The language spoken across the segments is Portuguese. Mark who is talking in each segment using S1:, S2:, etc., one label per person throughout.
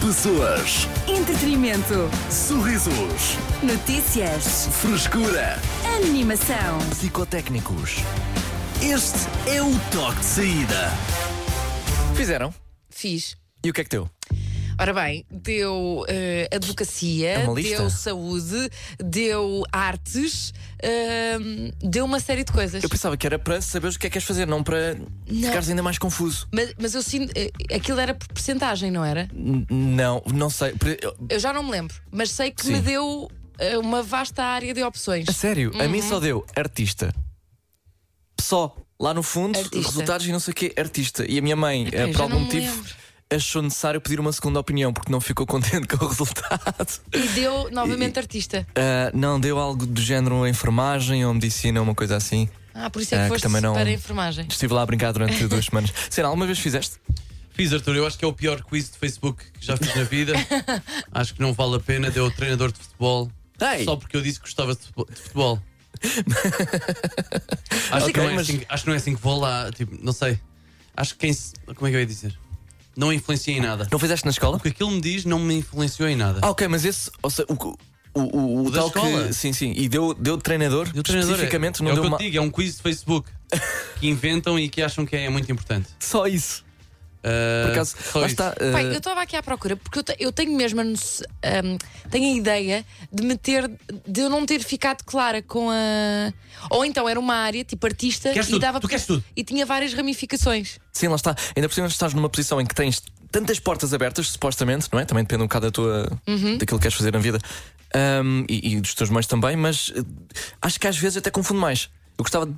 S1: Pessoas,
S2: Entretenimento.
S1: sorrisos,
S2: Notícias.
S1: frescura,
S2: Animação.
S1: psicotécnicos. Este é o toque de saída.
S3: Fizeram.
S4: Fiz.
S3: E o que é que teu?
S4: Ora bem, deu eh, advocacia,
S3: É uma lista?
S4: deu saúde, deu artes, ehm, deu uma série de coisas.
S3: Eu pensava que era para saberes o que é que queres fazer, não para ficares ainda mais confuso.
S4: Mas, mas eu sinto. eh, aquilo era por percentagem, não era?
S3: N- não, não sei. Pre- eu-
S4: Eu já não me lembro, mas sei que
S3: Sim.
S4: me deu eh, uma vasta área de opções.
S3: A sério, a
S4: Uhum.
S3: mim só deu artista. Só, lá no fundo,
S4: Artista.
S3: resultados e não sei o quê, artista. E a minha mãe, eh,
S4: eu
S3: por
S4: já
S3: algum
S4: não me
S3: motivo,
S4: lembro.
S3: achou necessário pedir uma segunda opinião porque não ficou contente com o resultado.
S4: E deu novamente artista.
S3: Ah, não, deu algo do género enfermagem ou medicina, uma coisa assim.
S4: Ah, por isso é que
S3: Ah, que
S4: foste
S3: também não-
S4: para a enfermagem.
S3: Estive lá a brincar durante duas semanas. Será, alguma vez fizeste?
S5: Fiz, Arthur, eu acho que é o pior quiz de Facebook que já fiz na vida. acho que não vale a pena. Deu o treinador de futebol.
S3: Ei!
S5: Só porque eu disse que gostava de futebol. de futebol. acho, que
S3: Ok,
S5: não é
S3: mas-
S5: assim, que- acho que não é assim que vou lá. Tipo, não sei. Acho que quem. se- Como é que eu ia dizer? Não influencia em nada.
S3: Não fizeste na escola?
S5: O que aquilo me diz não me influenciou em nada.
S3: Ah, ok, mas esse. Ou seja, o, o, o, o
S5: da
S3: tal
S5: escola?
S3: que. Sim, sim. E deu, deu treinador.
S5: E o treinador é-
S3: especificamente, não
S5: é o
S3: deu
S5: que eu
S3: uma.
S5: te digo, é um quiz de Facebook que inventam e que acham que é muito importante.
S3: Só isso.
S5: Ah,
S3: Por acaso.
S5: só
S3: Lá
S5: isso.
S3: está.
S4: Pai,
S3: eh,
S4: eu estava aqui à procura porque eu, te- eu tenho mesmo a noce- ahm, tenho a ideia de me ter de eu não ter ficado clara com a ou então era uma área tipo artista
S5: Queres
S4: e
S5: tudo?
S4: dava
S5: Tu queres tudo?
S4: e tinha várias ramificações.
S3: Sim, lá está. Ainda por cima estás numa posição em que tens tantas portas abertas, supostamente, não é? Também depende um bocado da tua,
S4: Uhum.
S3: daquilo que queres fazer na vida Ahm, e, e dos teus mães também, mas eh, acho que às vezes até confundo mais. Eu gostava de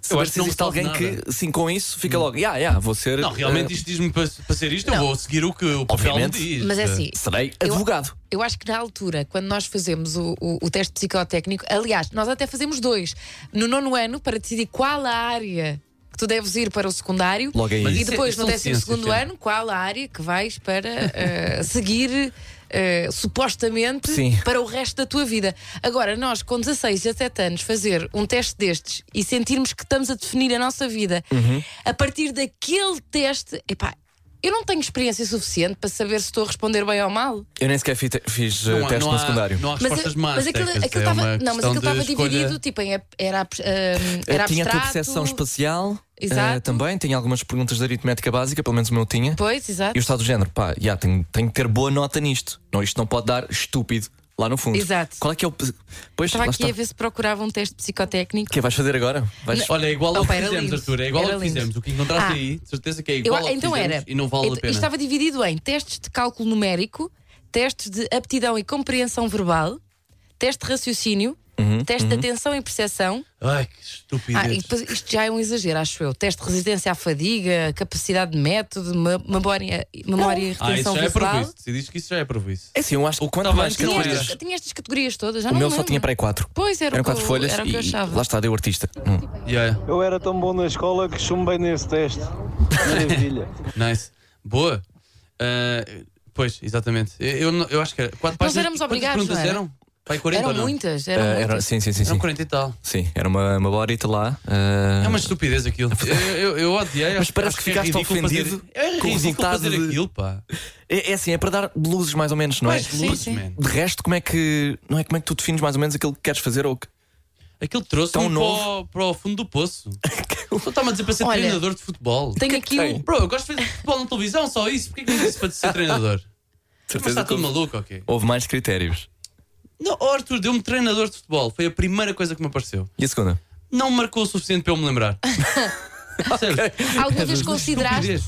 S3: saber
S5: acho que
S3: se
S5: não
S3: existe
S5: me
S3: alguém
S5: faz nada. Hum.
S3: que, sim, com isso, fica logo, yeah, yeah, vou ser.
S5: Não, realmente
S3: eh,
S5: isto diz-me para, para ser isto, eu
S4: Não.
S5: vou seguir o que o papel me
S3: Obviamente.
S5: diz.
S4: Mas é assim,
S3: serei advogado.
S4: eu acho que na altura, quando nós fazemos o, o- o teste psicotécnico, aliás, nós até fazemos dois. No nono ano, para decidir qual a área que tu deves ir para o secundário.
S3: Logo aí.
S5: Mas
S4: E
S5: isso é-
S4: depois,
S5: isso
S4: no
S5: são
S4: décimo
S5: ciências,
S4: segundo
S5: Ana.
S4: ano, qual a área que vais para eh, seguir eh, supostamente
S3: Sim.
S4: para o resto da tua vida. Agora, nós com 16, 17 anos, fazer um teste destes e sentirmos que estamos a definir a nossa vida
S5: Uhum.
S4: a partir daquele teste, epá, eu não tenho experiência suficiente para saber se estou a responder bem ou mal.
S3: Eu nem sequer fi- fiz eh,
S5: Não há-
S3: teste
S5: não
S3: no
S5: há-
S3: secundário.
S5: Não há
S4: Mas,
S5: respostas
S4: eu-
S5: más.
S4: mas aquilo
S5: técnicas,
S4: aquilo
S5: é uma
S4: estava não, mas
S5: questão
S4: aquilo estava
S5: de escolha.
S4: dividido, tipo, em, era, abs- eh, era
S3: Eh, tinha a tua
S4: abstrato.
S3: percepção espacial eh,
S4: Exato.
S3: também, tinha algumas perguntas de aritmética básica, pelo menos o meu tinha.
S4: Pois,
S3: E
S4: exato.
S3: o estado do género, pá, já tenho, tenho que ter boa nota nisto. Não, isto não pode dar estúpido lá no fundo.
S4: Exato.
S3: Qual é que é o. pe- Pois,
S4: Estava
S3: lá
S4: aqui
S3: está.
S4: a ver se procurava um teste psicotécnico.
S3: O que é, vais fazer agora? Vais...
S5: Olha, é igual ao
S4: Opa,
S5: que
S4: era
S5: fizemos,
S4: lindo.
S5: Arthur. É igual
S4: Era
S5: ao que
S4: lindo.
S5: fizemos. O que encontraste
S4: Ah.
S5: aí, de certeza que é igual
S4: Eu-
S5: ao que
S4: então
S5: fizemos
S4: era.
S5: e não vale
S4: Ent-
S5: a
S4: e
S5: pena.
S4: Estava dividido em testes de cálculo numérico, testes de aptidão e compreensão verbal, teste de raciocínio,
S3: Uhum,
S4: teste de atenção e percepção.
S5: Ai, que
S4: Ah,
S5: estupidez.
S4: e depois isto já é um exagero, acho eu. Teste de resistência à fadiga, capacidade de método, me- memória, memória e
S5: Ah, isso
S4: retenção
S5: já é
S4: visual.
S5: proviso. Se diz que isso já é proviso.
S3: É assim, eu acho que
S5: O que
S3: quanto
S5: estava
S3: mais
S5: antes
S4: tinha,
S5: era
S3: categorias.
S4: estas, tinha estas categorias todas, já
S3: O
S4: não
S3: meu
S4: me
S3: só tinha
S4: lembro.
S3: para aí quatro.
S4: Pois, era o
S3: Eram
S4: que
S3: quatro
S4: eu-
S3: folhas
S4: era o que
S3: e,
S4: eu
S3: e
S4: achava. um
S3: lá está, deu artista. Hum.
S5: Yeah,
S6: Eu era tão bom na escola que chumbei nesse teste. Maravilha.
S5: yeah. Nice. Boa. Ah, Pois, exatamente. Eu, eu, eu acho que era. Quatro páginas.
S4: éramos
S5: Quantas
S4: obrigados,
S5: perguntas
S4: não era?
S5: eram? Pai, 40
S4: Eram
S5: ou não? é? Eh,
S4: muitas,
S3: Ah,
S4: eram
S3: era-
S4: muitas.
S3: sim, sim, sim.
S5: Eram
S3: Sim,
S5: 40 e tal.
S3: Sim, era uma, uma borita lá. ah,
S5: É uma estupidez aquilo. Eu, eu, eu odiei.
S3: Mas
S5: acho-
S3: parece
S5: acho
S3: que ficaste
S5: é ridículo
S3: ofendido
S5: fazer- É
S3: com o
S5: ridículo
S3: resultado
S5: fazer
S3: de-
S5: aquilo, pá.
S3: é, é assim, é para dar luzes mais ou menos, não é?
S5: Mais luzes,
S4: sim.
S5: man.
S3: De resto, como é que. Não é como é que tu defines mais ou menos aquilo que queres fazer ou que.
S5: Aquilo trouxe-me
S3: Tão
S5: para,
S3: novo.
S5: o- para o fundo do poço. Só está-me a dizer para ser
S4: Olha,
S5: treinador de futebol.
S4: Tenho aqui um,
S3: tem?
S5: Bro, eu gosto de fazer futebol na televisão, só isso. Porquê que não disse para ser treinador? Mas está
S3: que
S5: tudo
S3: houve,
S5: maluco, ok?
S3: houve mais critérios.
S5: Não, o Arthur deu-me treinador de futebol. Foi a primeira coisa que me apareceu.
S3: E a segunda?
S5: Não marcou o suficiente para eu me lembrar. Percebes?
S4: Alguma vez
S5: Estupidez.
S4: consideraste?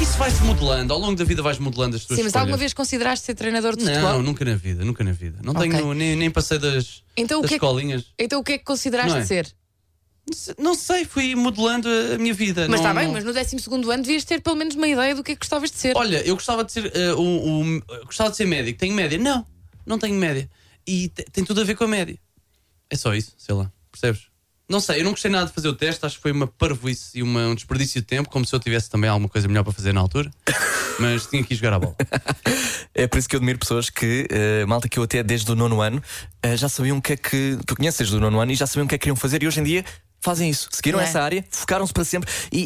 S5: Isso vai-se modelando, ao longo da vida vais modelando as tuas
S4: Sim, mas alguma
S5: escolhas.
S4: vez consideraste ser treinador de futebol?
S5: Não, nunca na vida, nunca na vida. Não
S4: Ok.
S5: tenho, nem, nem passei das,
S4: Então o
S5: das
S4: que é que-
S5: escolinhas.
S4: Então o que é que consideraste
S5: Não é?
S4: ser?
S5: Não sei, fui modelando a a minha vida.
S4: Mas
S5: não,
S4: está bem,
S5: não-
S4: mas no 12 ano devias ter pelo menos uma ideia do que é que gostavas de ser.
S5: Olha, eu gostava de ser eh, um- um- gostava de ser médico. Tenho média? Não, não tenho média. E te- tem tudo a ver com a média. É só isso, sei lá, percebes? Não sei, eu não gostei nada de fazer o teste, acho que foi uma parvoíce e uma- um desperdício de tempo, como se eu tivesse também alguma coisa melhor para fazer na altura, mas tinha que ir jogar à bola.
S3: É por isso que eu admiro pessoas que, eh, malta que eu até desde o nono ano, eh, já sabiam o que é que. que eu conheço desde o nono ano e já sabiam o que é que queriam fazer e hoje em dia fazem isso. Seguiram
S4: Não é?
S3: essa área, focaram-se para sempre e,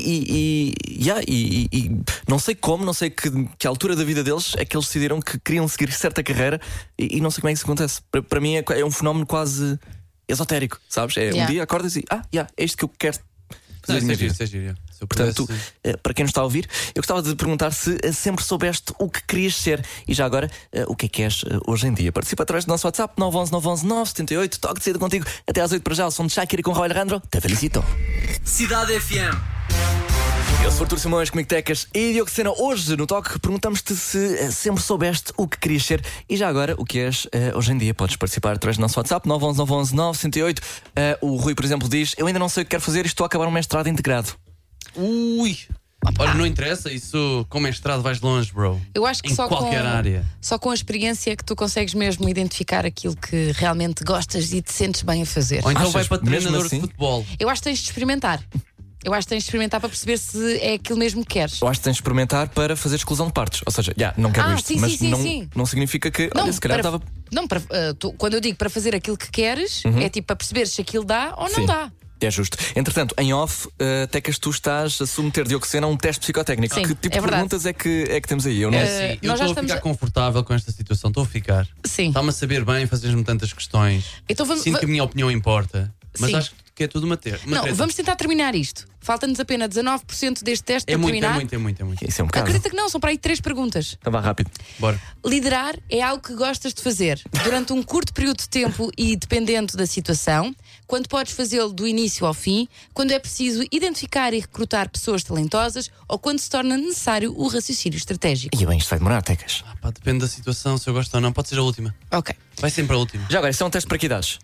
S3: e, e, yeah, e- e- e não sei como, não sei que, que altura da vida deles é que eles decidiram que queriam seguir certa carreira e, e não sei como é que isso acontece. Para, para mim é, qua- é um fenómeno quase esotérico, sabes? É um
S4: Yeah.
S3: dia acordas e ah, yeah, é isto que eu quero
S5: Não,
S3: fazer. da
S5: isso
S3: minha
S5: é giro,
S3: vida.
S5: isso é giro. yeah. Se eu
S3: Portanto,
S5: pudesse-
S3: eh, para quem nos está a ouvir, eu gostava de perguntar se eh, sempre soubeste o que querias ser e já agora eh, o que é que és eh, hoje em dia. Participa através do nosso WhatsApp 911 911 978. Toque de saída contigo até às 8 para já. O som de Shakira com Raul Alejandro. Te felicito.
S1: Cidade FM.
S3: Eu sou Artur Simões, comigo Tecas e Diogo Sena. Hoje no Toque perguntamos-te se eh, sempre soubeste o que querias ser e já agora o que és eh, hoje em dia. Podes participar através do nosso WhatsApp 911 911 978. Eh, o Rui, por exemplo, diz: Eu ainda não sei o que quero fazer e estou a acabar um mestrado integrado.
S5: Ui! Olha, não interessa, isso com mestrado vais longe, bro.
S4: Eu acho que
S5: em
S4: só
S5: qualquer
S4: com,
S5: área.
S4: só com a experiência é que tu consegues mesmo identificar aquilo que realmente gostas e te sentes bem a fazer.
S5: Ou então
S3: Achas
S5: vai para
S3: mesmo
S5: treinador
S3: assim?
S5: de futebol.
S4: Eu acho que tens de experimentar. Eu acho que tens de experimentar para perceber se é aquilo mesmo que queres.
S3: Eu acho que tens de experimentar para fazer exclusão de partes. Ou seja, já não quero
S4: Ah,
S3: isto.
S4: sim,
S3: mas
S4: sim, sim,
S3: não,
S4: sim.
S3: não significa que. olha, se calhar
S4: para-
S3: estava.
S4: não, para, ah, tu- quando eu digo para fazer aquilo que queres, é tipo para perceber se aquilo dá ou não
S3: Sim.
S4: dá.
S3: É justo. Entretanto, em off, eh, Tecas, tu estás a submeter dioxina a um teste psicotécnico.
S4: Sim,
S3: que tipo
S4: é
S3: de
S4: verdade. Eh,
S3: perguntas é que, é que temos aí? Eu não
S5: É
S3: sei.
S5: assim, eu
S4: nós já
S5: estou a
S4: estamos
S5: ficar
S4: a-
S5: confortável com esta situação, estou a ficar.
S4: Sim.
S5: Está-me a saber bem, fazes-me tantas questões.
S4: Tá Então vamos-
S5: Sinto que a minha opinião importa, mas
S4: Sim.
S5: acho que é tudo uma ter. uma
S4: Não,
S5: treta.
S4: vamos tentar terminar isto. Falta-nos apenas 19% deste teste
S5: É
S4: para
S5: muito, é
S4: terminar.
S5: muito, é muito, é muito.
S3: Isso é um bocado.
S4: Acredita que não, são para aí três perguntas.
S3: Então vá rápido.
S5: Bora.
S4: Liderar é algo que gostas de fazer durante um curto período de tempo e dependendo da situação, quando podes fazê-lo do início ao fim, quando é preciso identificar e recrutar pessoas talentosas ou quando se torna necessário o raciocínio estratégico.
S3: E bem, isto vai demorar, Tecas.
S5: Ah, pá, depende da situação, se eu gosto ou não. Pode ser a última.
S4: Ok.
S5: Vai sempre a última.
S3: Já agora, isso é um teste para que idades?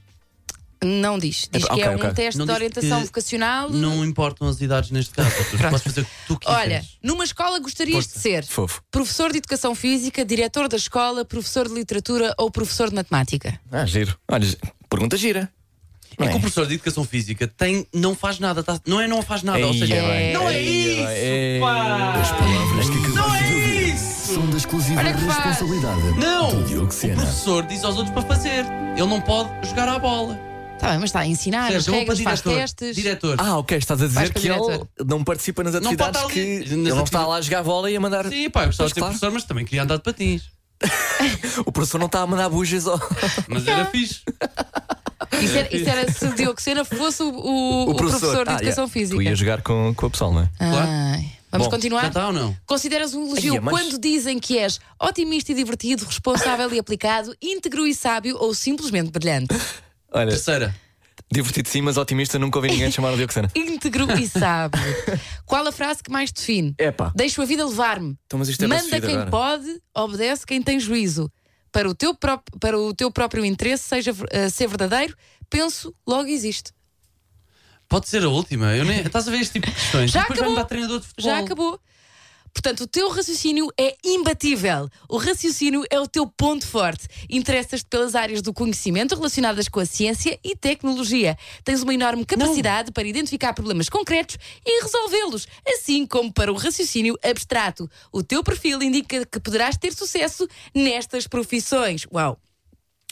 S4: Não diz. Diz
S3: Epá,
S4: que é
S3: ok,
S4: um
S3: ok.
S4: teste
S5: Não
S4: de
S5: diz
S4: orientação
S5: que
S4: vocacional.
S5: Não importam as idades neste caso. Tu podes fazer o que tu quiseres.
S4: Olha, numa escola gostarias de ser
S3: Fofo.
S4: professor de educação física, diretor da escola, professor de literatura ou professor de matemática?
S3: Ah, giro. Olha, gi- pergunta gira.
S5: É
S3: Não
S5: que o professor de educação física tem, não faz nada, tá- não é não faz nada, ou seja,
S3: Ei,
S5: não é
S3: ei,
S5: isso,
S3: ei,
S5: pá!
S1: As palavras que
S5: Não
S1: acabaste
S5: é
S1: de ouvir
S5: isso!
S1: são da exclusiva
S4: Olha que faz.
S1: responsabilidade
S5: Não!
S1: do Diogo
S5: O
S1: Sena.
S5: professor diz aos outros para fazer, ele não pode jogar à bola.
S4: Está Tá bem, mas está a ensinar, as
S5: Certo, eu vou para
S4: Ah, regras, faz
S5: diretor.
S4: testes.
S5: Diretor.
S3: Ah, ok, estás a dizer
S4: para
S3: que ele
S4: diretor.
S3: não participa nas
S5: pode
S3: atividades
S5: estar
S3: que.
S5: ali.
S3: Ele não está lá a jogar bola e a mandar.
S5: Sim, pá, eu gostava
S3: Pois
S5: de ser
S3: claro.
S5: professor, mas também queria andar de patins.
S3: O professor não está a mandar bujas ao.
S5: Mas
S4: Então,
S5: era fixe.
S4: Isso era, isso era se o Diogo Sena fosse o, o- o professor de
S3: Ah,
S4: Educação
S3: yeah.
S4: Física.
S3: Tu
S4: Ah.
S3: ia jogar com, com a pessoa, não é?
S5: Claro.
S4: Ai, Vamos
S3: Bom,
S5: Já
S4: continuar?
S5: está ou não?
S4: Consideras um elogio
S3: Ai, é, mas-
S4: quando dizem que és otimista e divertido, responsável e aplicado, íntegro e sábio ou simplesmente brilhante?
S3: Olha,
S5: Terceira.
S3: divertido sim, mas otimista, nunca ouvi ninguém chamar o Dioxena.
S4: Íntegro e sábio. Qual a frase que mais te define?
S3: Epá.
S4: Deixo a vida levar-me.
S3: Então, mas isto é
S4: Manda
S3: BuzzFeed
S4: quem
S3: agora.
S4: pode, obedece quem tem juízo. Para o teu, pró- para o teu próprio interesse seja, ver- eh, ser verdadeiro, penso, logo existe.
S5: Pode ser a última. Eu nem... Estás a ver este tipo de questões.
S4: Já
S5: Depois
S4: acabou.
S5: vai-me dar treinador de futebol.
S4: Já acabou. Portanto, o teu raciocínio é imbatível. O raciocínio é o teu ponto forte. Interessas-te pelas áreas do conhecimento relacionadas com a ciência e tecnologia. Tens uma enorme capacidade para identificar problemas concretos e resolvê-los, assim como para o raciocínio abstrato. O teu perfil indica que poderás ter sucesso nestas profissões. Uau!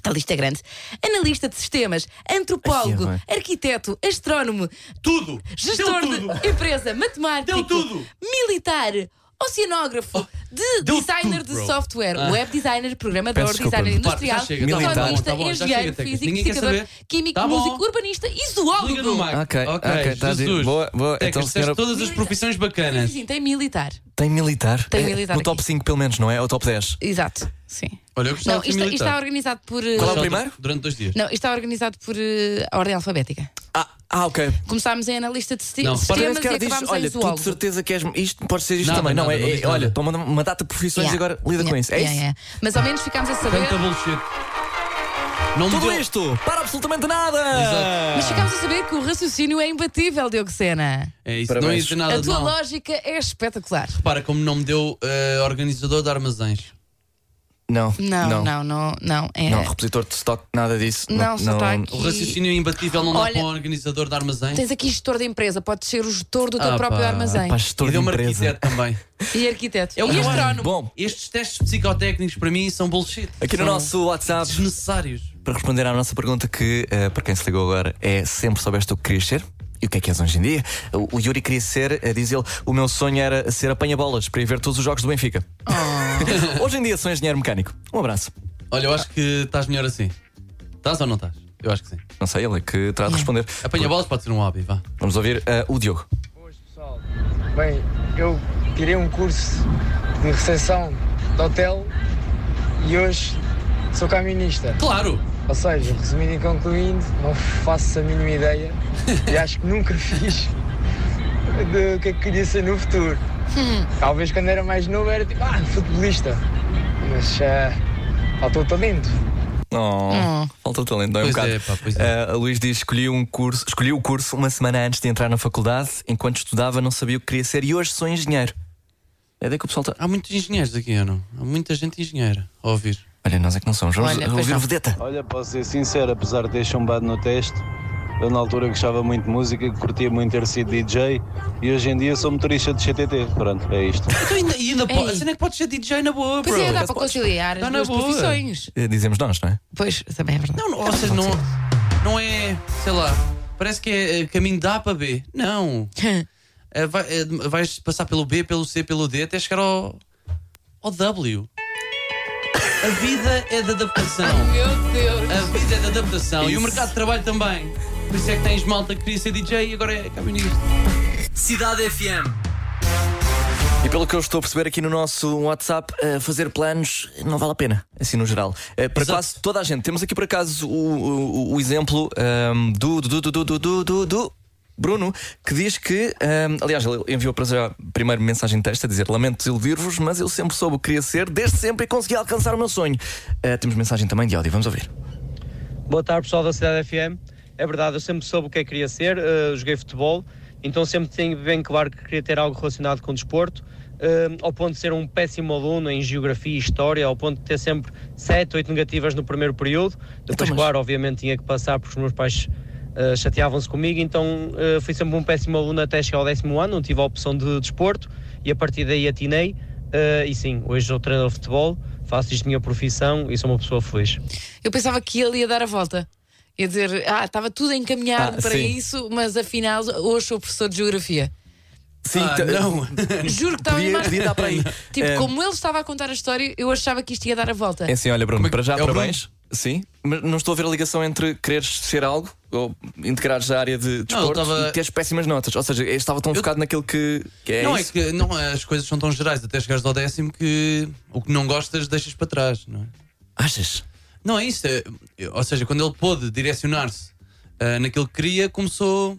S4: A lista é grande. Analista de sistemas, antropólogo,
S3: Ai,
S4: arquiteto, astrónomo,
S5: Tudo!
S4: gestor
S5: Deu tudo!
S4: de empresa, matemático,
S5: Deu tudo. Oh,
S4: militar, oceanógrafo, de
S5: deu
S4: designer
S5: tudo,
S4: de
S5: bro. Ah.
S4: software, web designer, programador,
S3: Peço desculpa.
S4: designer
S5: Repare,
S4: industrial,
S5: já chega,
S3: tá bom,
S4: economista,
S5: tá bom, já
S4: engenheiro,
S5: chega, Tecas.
S4: físico,
S5: Ninguém quer
S4: pesquisador,
S5: saber.
S4: químico,
S5: Tá bom.
S4: músico, urbanista e
S5: Liga no
S4: zoólogo.
S5: Mac.
S3: Ok, ok, está a dizer.
S5: Jesus.
S3: Boa, boa.
S5: Tecas,
S3: Então,
S5: disseste
S3: senhora-
S5: todas as profissões bacanas.
S4: Sim, tem militar.
S3: Tem militar?
S4: Tem
S3: É,
S4: militar
S3: No top
S4: aqui.
S3: 5, pelo menos, não é? Ou top 10?
S4: Exato, sim.
S5: Olha, eu gostava
S4: Não,
S5: de ser
S4: isto, isto está
S5: militar.
S4: organizado por.
S3: Qual é o
S5: Só
S4: eh,
S3: primeiro?
S5: Durante dois dias.
S4: Não, isto está organizado por eh, ordem alfabética.
S3: Ah, ah ok.
S4: Começámos em analista de si-
S5: Não,
S4: sistemas
S3: Parabéns,
S4: e
S3: cara, diz,
S4: acabámos
S3: olha,
S4: em
S3: tu de
S4: zoólogo.
S3: certeza que és. Isto pode ser isto
S5: Nada,
S3: também. não,
S5: nada,
S3: é,
S5: não
S3: é-
S5: diz nada.
S3: olha, toma uma, uma data de profissões
S4: Yeah.
S3: e agora lida com
S4: Yeah,
S3: isso. É
S4: yeah,
S3: isso?
S4: yeah. Mas ao menos ficámos a saber.
S5: Canta bullshit. Não me
S3: Tudo
S5: deu-
S3: isto para absolutamente nada!
S5: Exato.
S4: Mas ficámos a saber que o raciocínio é imbatível, Diogo Sena.
S5: É isso,
S3: Parabéns.
S5: não ia dizer nada
S4: A
S5: de
S4: tua
S5: não.
S4: lógica é espetacular.
S5: Repara como não me deu eh, organizador de armazéns.
S3: Não,
S4: Não, não, não, não. é.
S3: Não, repositor de stock, nada disso.
S4: Não, só está aqui.
S5: O raciocínio é imbatível não dá
S4: Olha-
S5: para um organizador de armazéns.
S4: Tens aqui gestor da empresa, pode ser o gestor do teu
S5: Ah,
S4: próprio
S5: pá.
S4: armazém.
S3: Pá, gestor
S5: E
S3: de
S5: deu-me
S3: empresa.
S5: arquiteto também.
S4: E arquiteto.
S5: É o
S4: e
S5: que eu acho.
S4: astrónomo.
S3: Bom,
S5: Estes testes psicotécnicos para mim são bullshit.
S3: aqui no
S5: São
S3: nosso WhatsApp,
S5: Desnecessários.
S3: para responder à nossa pergunta, que eh, para quem se ligou agora é sempre soubeste o que querias ser. E o que é que és hoje em dia? O, o Yuri queria ser, eh, diz ele, o meu sonho era ser apanha-bolas para ir ver todos os jogos do Benfica.
S5: Oh.
S3: hoje em dia sou engenheiro mecânico. Um abraço.
S5: Olha, eu acho que estás melhor assim. Estás ou não estás? Eu acho que sim.
S3: Não sei, ele é que terá
S5: Hum.
S3: de responder.
S5: Apanha bolas pode ser um hobby, vá.
S3: Vamos ouvir eh, o Diogo.
S7: Boas, pessoal. Bem, eu tirei um curso de recepção de hotel e hoje sou caminista.
S5: Claro!
S7: Ou seja, resumindo e concluindo, não faço a mínima ideia e acho que nunca fiz do que é que queria ser no futuro. Talvez quando era mais novo era tipo, ah, futebolista. Mas ah, faltou talento.
S3: Oh, Falta o talento, não é um
S5: Hum. Pois
S3: bocado?
S5: é, pá, pois é.
S3: Eh, a Luís diz: escolhi, um curso, escolhi o curso uma semana antes de entrar na faculdade, enquanto estudava, não sabia o que queria ser e hoje sou engenheiro. É daí que o pessoal está.
S5: Há muitos engenheiros aqui, ou não? Há muita gente engenheira a ouvir.
S3: Olha, nós é que não somos. Vamos
S4: Olha, pois
S3: ouvir
S4: não.
S3: o Vedeta.
S6: Olha, posso ser sincero, apesar de ter chumbado no teste, eu na altura gostava muito de música, curtia muito ter sido DJ e hoje em dia sou motorista de CTT. Pronto, é isto.
S5: Então, ainda, e ainda po-
S4: Ei.
S5: a cena é que podes ser DJ na boa,
S4: Pois
S5: bro.
S4: é, dá para conciliar
S5: Dá
S4: as
S5: na
S4: duas
S5: boa.
S4: profissões.
S3: Eh, Dizemos nós, não é?
S4: Pois, também é verdade.
S5: Não, não, ou seja, não, não é, sei lá, parece que é eh, caminho de A para B. Não. É, vai- é, vais passar pelo B, pelo C, pelo D até chegar ao, ao W. A vida é de adaptação.
S4: Meu Deus.
S5: A vida é de adaptação e o mercado de trabalho também. Por isso é que tens malta que queria ser DJ e agora é caminhista.
S1: Cidade FM.
S3: E pelo que eu estou a perceber aqui no nosso WhatsApp, eh, fazer planos não vale a pena, assim no geral. Eh, para
S5: Exato.
S3: quase toda a gente. Temos aqui por acaso o, o- o exemplo ehm, do, do, do, do, do, do, do, do Bruno, que diz que. ehm, aliás, ele enviou para já primeiro mensagem de texto a dizer: Lamento desiludir-vos, mas eu sempre soube o que queria ser, desde sempre e consegui alcançar o meu sonho. Eh, temos mensagem também de áudio, vamos ouvir.
S8: Boa tarde, pessoal da Cidade FM. É verdade, eu sempre soube o que é que queria ser, eh, joguei futebol, então sempre tenho bem claro que queria ter algo relacionado com desporto, eh, ao ponto de ser um péssimo aluno em geografia e história, ao ponto de ter sempre 7, 8 negativas no primeiro período. Depois,
S3: mas-
S8: claro, obviamente tinha que passar porque os meus pais eh, chateavam-se comigo, então eh, fui sempre um péssimo aluno até chegar ao décimo ano, não tive a opção de desporto e a partir daí atinei. eh, e sim, hoje sou treinador de futebol, faço isto minha profissão e sou uma pessoa feliz.
S4: Eu pensava que ele ia dar a volta. Ia dizer, ah, estava tudo encaminhado
S3: Ah,
S4: para
S3: sim.
S4: isso, mas afinal hoje sou professor de geografia.
S3: Sim,
S5: Ah,
S3: t-
S5: não.
S4: Juro que estava
S3: Podia,
S4: mais.
S3: podia dar para aí.
S4: Tipo,
S3: Ehm,
S4: como ele estava a contar a história, eu achava que isto ia dar a volta.
S3: É assim, olha, Bruno,
S5: é que-
S3: para já,
S5: é o
S3: parabéns. Sim, mas não estou a ver a ligação entre quereres ser algo ou integrares a área de
S5: Não, eu
S3: desporto
S5: estava-
S3: e teres péssimas notas. Ou seja, eu estava tão focado naquilo que, que é
S5: não
S3: isso.
S5: é que não, as coisas são tão gerais até chegares ao décimo que o que não gostas deixas para trás, não é?
S3: Achas?
S5: Não, é isso. é- ou seja, quando ele pôde direcionar-se ah, naquilo que queria, começou,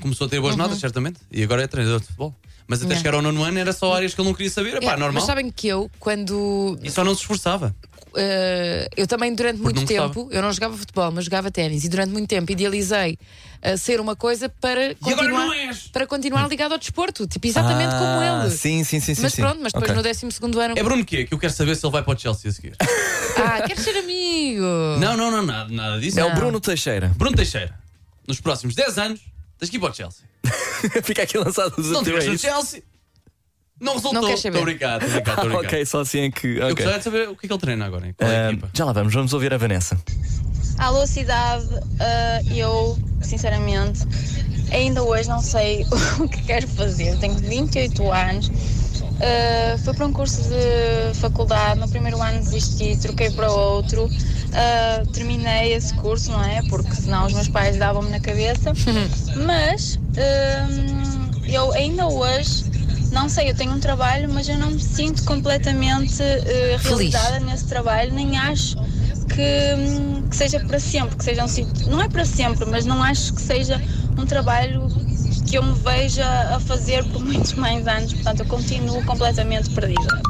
S5: começou a ter boas notas, certamente. E agora é treinador de futebol. Mas até
S4: Uhum. Yeah.
S5: chegar ao nono ano era só áreas que ele não queria saber. Epá,
S4: É,
S5: normal.
S4: Mas sabem que eu, quando.
S5: E só não se esforçava.
S4: eh, eu também, durante
S5: Porque
S4: muito
S5: não
S4: tempo, eu não jogava futebol, mas jogava ténis. E durante muito tempo idealizei eh, ser uma coisa para
S5: agora
S4: continuar,
S5: não és.
S4: para continuar ligado ao desporto. Tipo, exatamente
S3: Hum. Ah,
S4: como ele.
S3: Sim, sim, sim. sim,
S4: Mas
S3: sim.
S4: pronto, mas depois
S3: Ok.
S4: no 12 ano.
S5: É Bruno quê? Que eu quero saber se ele vai para o Chelsea a seguir.
S4: Ah, queres ser amigo?
S5: não, não, não, nada, nada disso.
S3: É o Bruno Teixeira.
S5: Bruno Teixeira. Nos próximos 10 anos, tens que ir para o Chelsea.
S3: Fica aqui lançado o
S5: Se não
S3: desafio.
S5: tiveres
S3: é
S5: no
S3: isso?
S5: Chelsea, não resultou.
S4: queres
S5: Estou
S4: saber.
S5: obrigado, estou obrigado, estou obrigado.
S3: Ok, só assim é que.
S5: Eu
S3: ok.
S5: gostaria de saber o que é que ele treina agora. hein? Qual é a
S3: Ah,
S5: equipa?
S3: já lá vamos, vamos ouvir a Vanessa.
S9: Alô, cidade. Ah, eu, sinceramente, ainda hoje não sei o que quero fazer. Tenho 28 anos. Ah, fui para um curso de faculdade, no primeiro ano desisti, troquei para outro. Ah, terminei esse curso, não é? Porque senão os meus pais davam-me na cabeça. Mas hum, eu ainda hoje. Não sei, eu tenho um trabalho, mas eu não me sinto completamente eh,
S4: Feliz.
S9: realizada nada nesse trabalho, nem acho que, hum, que seja para sempre, que seja um sítio. Não é para sempre, mas não acho que seja um trabalho que eu me veja a fazer por muitos mais anos. Portanto, eu continuo completamente perdida.